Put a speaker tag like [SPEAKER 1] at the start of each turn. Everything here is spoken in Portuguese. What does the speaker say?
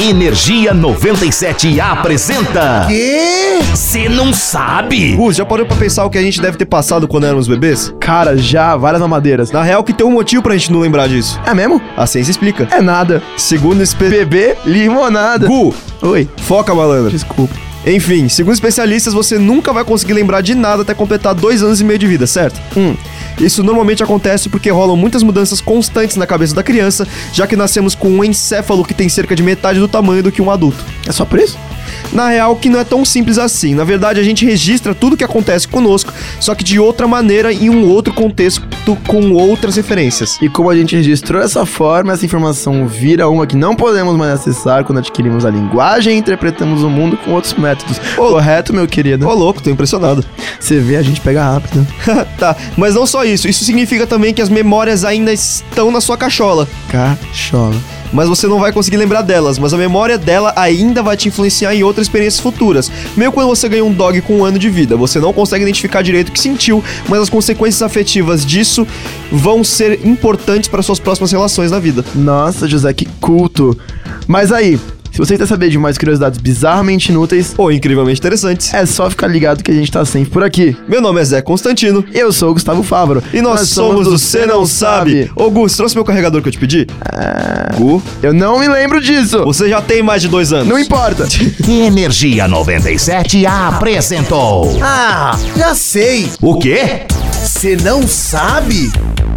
[SPEAKER 1] Energia 97 apresenta.
[SPEAKER 2] Quê?
[SPEAKER 1] Você não sabe?
[SPEAKER 2] Gus, já parou pra pensar o que a gente deve ter passado quando éramos bebês?
[SPEAKER 3] Cara, já, várias mamadeiras.
[SPEAKER 2] Na real que tem um motivo pra gente não lembrar disso.
[SPEAKER 3] É mesmo?
[SPEAKER 2] A ciência explica.
[SPEAKER 3] É nada.
[SPEAKER 2] Segundo espe...
[SPEAKER 3] Bebê limonada.
[SPEAKER 2] Gu,
[SPEAKER 3] Oi,
[SPEAKER 2] foca, malandro.
[SPEAKER 3] desculpa.
[SPEAKER 2] Enfim, segundo especialistas, você nunca vai conseguir lembrar de nada até completar dois anos e meio de vida, certo? Hum. Isso normalmente acontece porque rolam muitas mudanças constantes na cabeça da criança, já que nascemos com um encéfalo que tem cerca de metade do tamanho do que um adulto.
[SPEAKER 3] É só por isso?
[SPEAKER 2] Na real, que não é tão simples assim. Na verdade, a gente registra tudo que acontece conosco, só que de outra maneira, em um outro contexto, com outras referências.
[SPEAKER 3] E como a gente registrou dessa forma, essa informação vira uma que não podemos mais acessar quando adquirimos a linguagem e interpretamos o mundo com outros métodos.
[SPEAKER 2] Ô-
[SPEAKER 3] Correto, meu
[SPEAKER 2] Ô,
[SPEAKER 3] querido?
[SPEAKER 2] louco, tô impressionado.
[SPEAKER 3] Você vê, a gente pega rápido.
[SPEAKER 2] tá, mas não só isso. Isso significa também que as memórias ainda estão na sua cachola.
[SPEAKER 3] Cachola.
[SPEAKER 2] mas você não vai conseguir lembrar delas, mas a memória dela ainda vai te influenciar em outras experiências futuras. Meio quando você ganha um dog com um ano de vida, você não consegue identificar direito o que sentiu, mas as consequências afetivas disso vão ser importantes para suas próximas relações na vida.
[SPEAKER 3] Nossa, José, que culto. Mas aí, se você quer saber de mais curiosidades bizarramente inúteis,
[SPEAKER 2] Ou incrivelmente interessantes.
[SPEAKER 3] é só ficar ligado que a gente tá sempre por aqui.
[SPEAKER 2] Meu nome é Zé Constantino.
[SPEAKER 3] Eu sou o Gustavo Fávaro.
[SPEAKER 2] E nós, somos o Cê Não Sabe. Ah. Ô, Gus, trouxe meu carregador que eu te pedi? Gu,
[SPEAKER 3] Eu não me lembro disso.
[SPEAKER 2] você já tem mais de dois anos.
[SPEAKER 3] Não importa.
[SPEAKER 1] Energia 97 apresentou.
[SPEAKER 4] Ah, já sei.
[SPEAKER 1] O quê?
[SPEAKER 4] Você não sabe?